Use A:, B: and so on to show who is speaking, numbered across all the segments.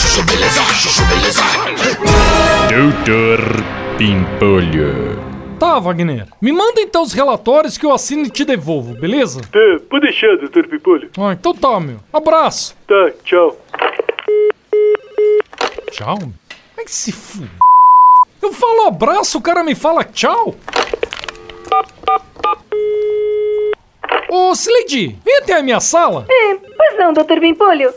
A: chuchu beleza, chuchu beleza.
B: Doutor Pimpolho.
C: Tá, Wagner. Me manda então os relatórios que eu assino e te devolvo, beleza?
D: Tá, pode deixar, doutor Pipolho.
C: Ah, então tá, meu. Abraço.
D: Tá, tchau.
C: Tchau? Ai, se f... Eu falo abraço, o cara me fala tchau. Ô, Sileidi, vem até a minha sala.
E: É, pois não, Dr. Pimpolho.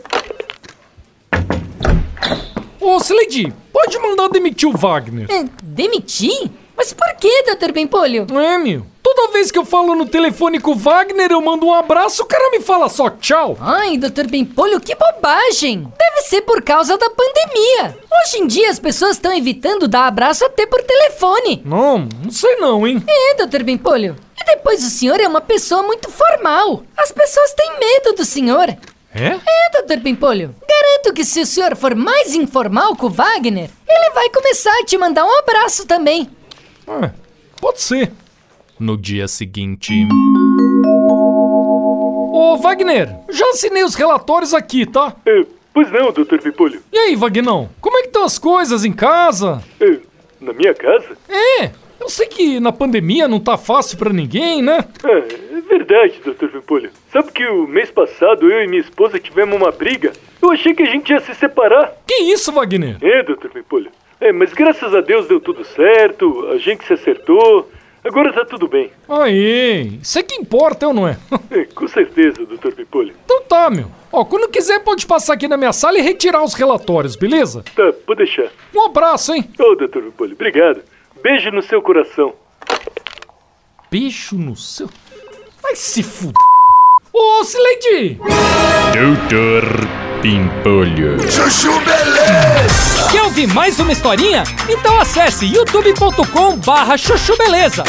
C: Ô, Sileidi, pode mandar demitir o Wagner.
F: É, Demitir? Mas por que, Dr. Pimpolho?
C: É, meu. Toda vez que eu falo no telefone com o Wagner, eu mando um abraço, o cara me fala só tchau.
F: Ai, Dr. Pimpolho, que bobagem! Deve ser por causa da pandemia. Hoje em dia as pessoas estão evitando dar abraço até por telefone.
C: Não, não sei não, hein.
F: É, Dr. Pimpolho. E depois o senhor é uma pessoa muito formal. As pessoas têm medo do senhor.
C: É?
F: É, Dr. Pimpolho. Garanto que se o senhor for mais informal com o Wagner, ele vai começar a te mandar um abraço também.
C: Ah, pode ser.
B: No dia seguinte.
C: Ô, Wagner, já assinei os relatórios aqui, tá?
D: É, pois não, doutor Pipolho.
C: E aí, Vagnão, como é que estão as coisas em casa?
D: É, na minha casa?
C: É, eu sei que na pandemia não tá fácil pra ninguém, né?
D: É, é verdade, doutor Pipolho. Sabe que o mês passado eu e minha esposa tivemos uma briga? Eu achei que a gente ia se separar.
C: Que isso, Wagner?
D: É, doutor Pipolho. É, mas graças a Deus deu tudo certo, a gente se acertou. Agora tá tudo bem.
C: Aí, isso é que importa, eu não é?
D: É, com certeza, doutor Pipolho.
C: Então tá, meu. Ó, quando quiser pode passar aqui na minha sala e retirar os relatórios, beleza?
D: Tá, vou deixar.
C: Um abraço, hein?
D: Ô, doutor Pipolho, obrigado. Beijo no seu coração.
C: Bicho no céu. Vai se fuder. Ô, Sileidi!
B: Doutor Pimpolho.
A: Chuchu beleza.
G: Quer ouvir mais uma historinha? Então acesse youtube.com barra chuchu beleza.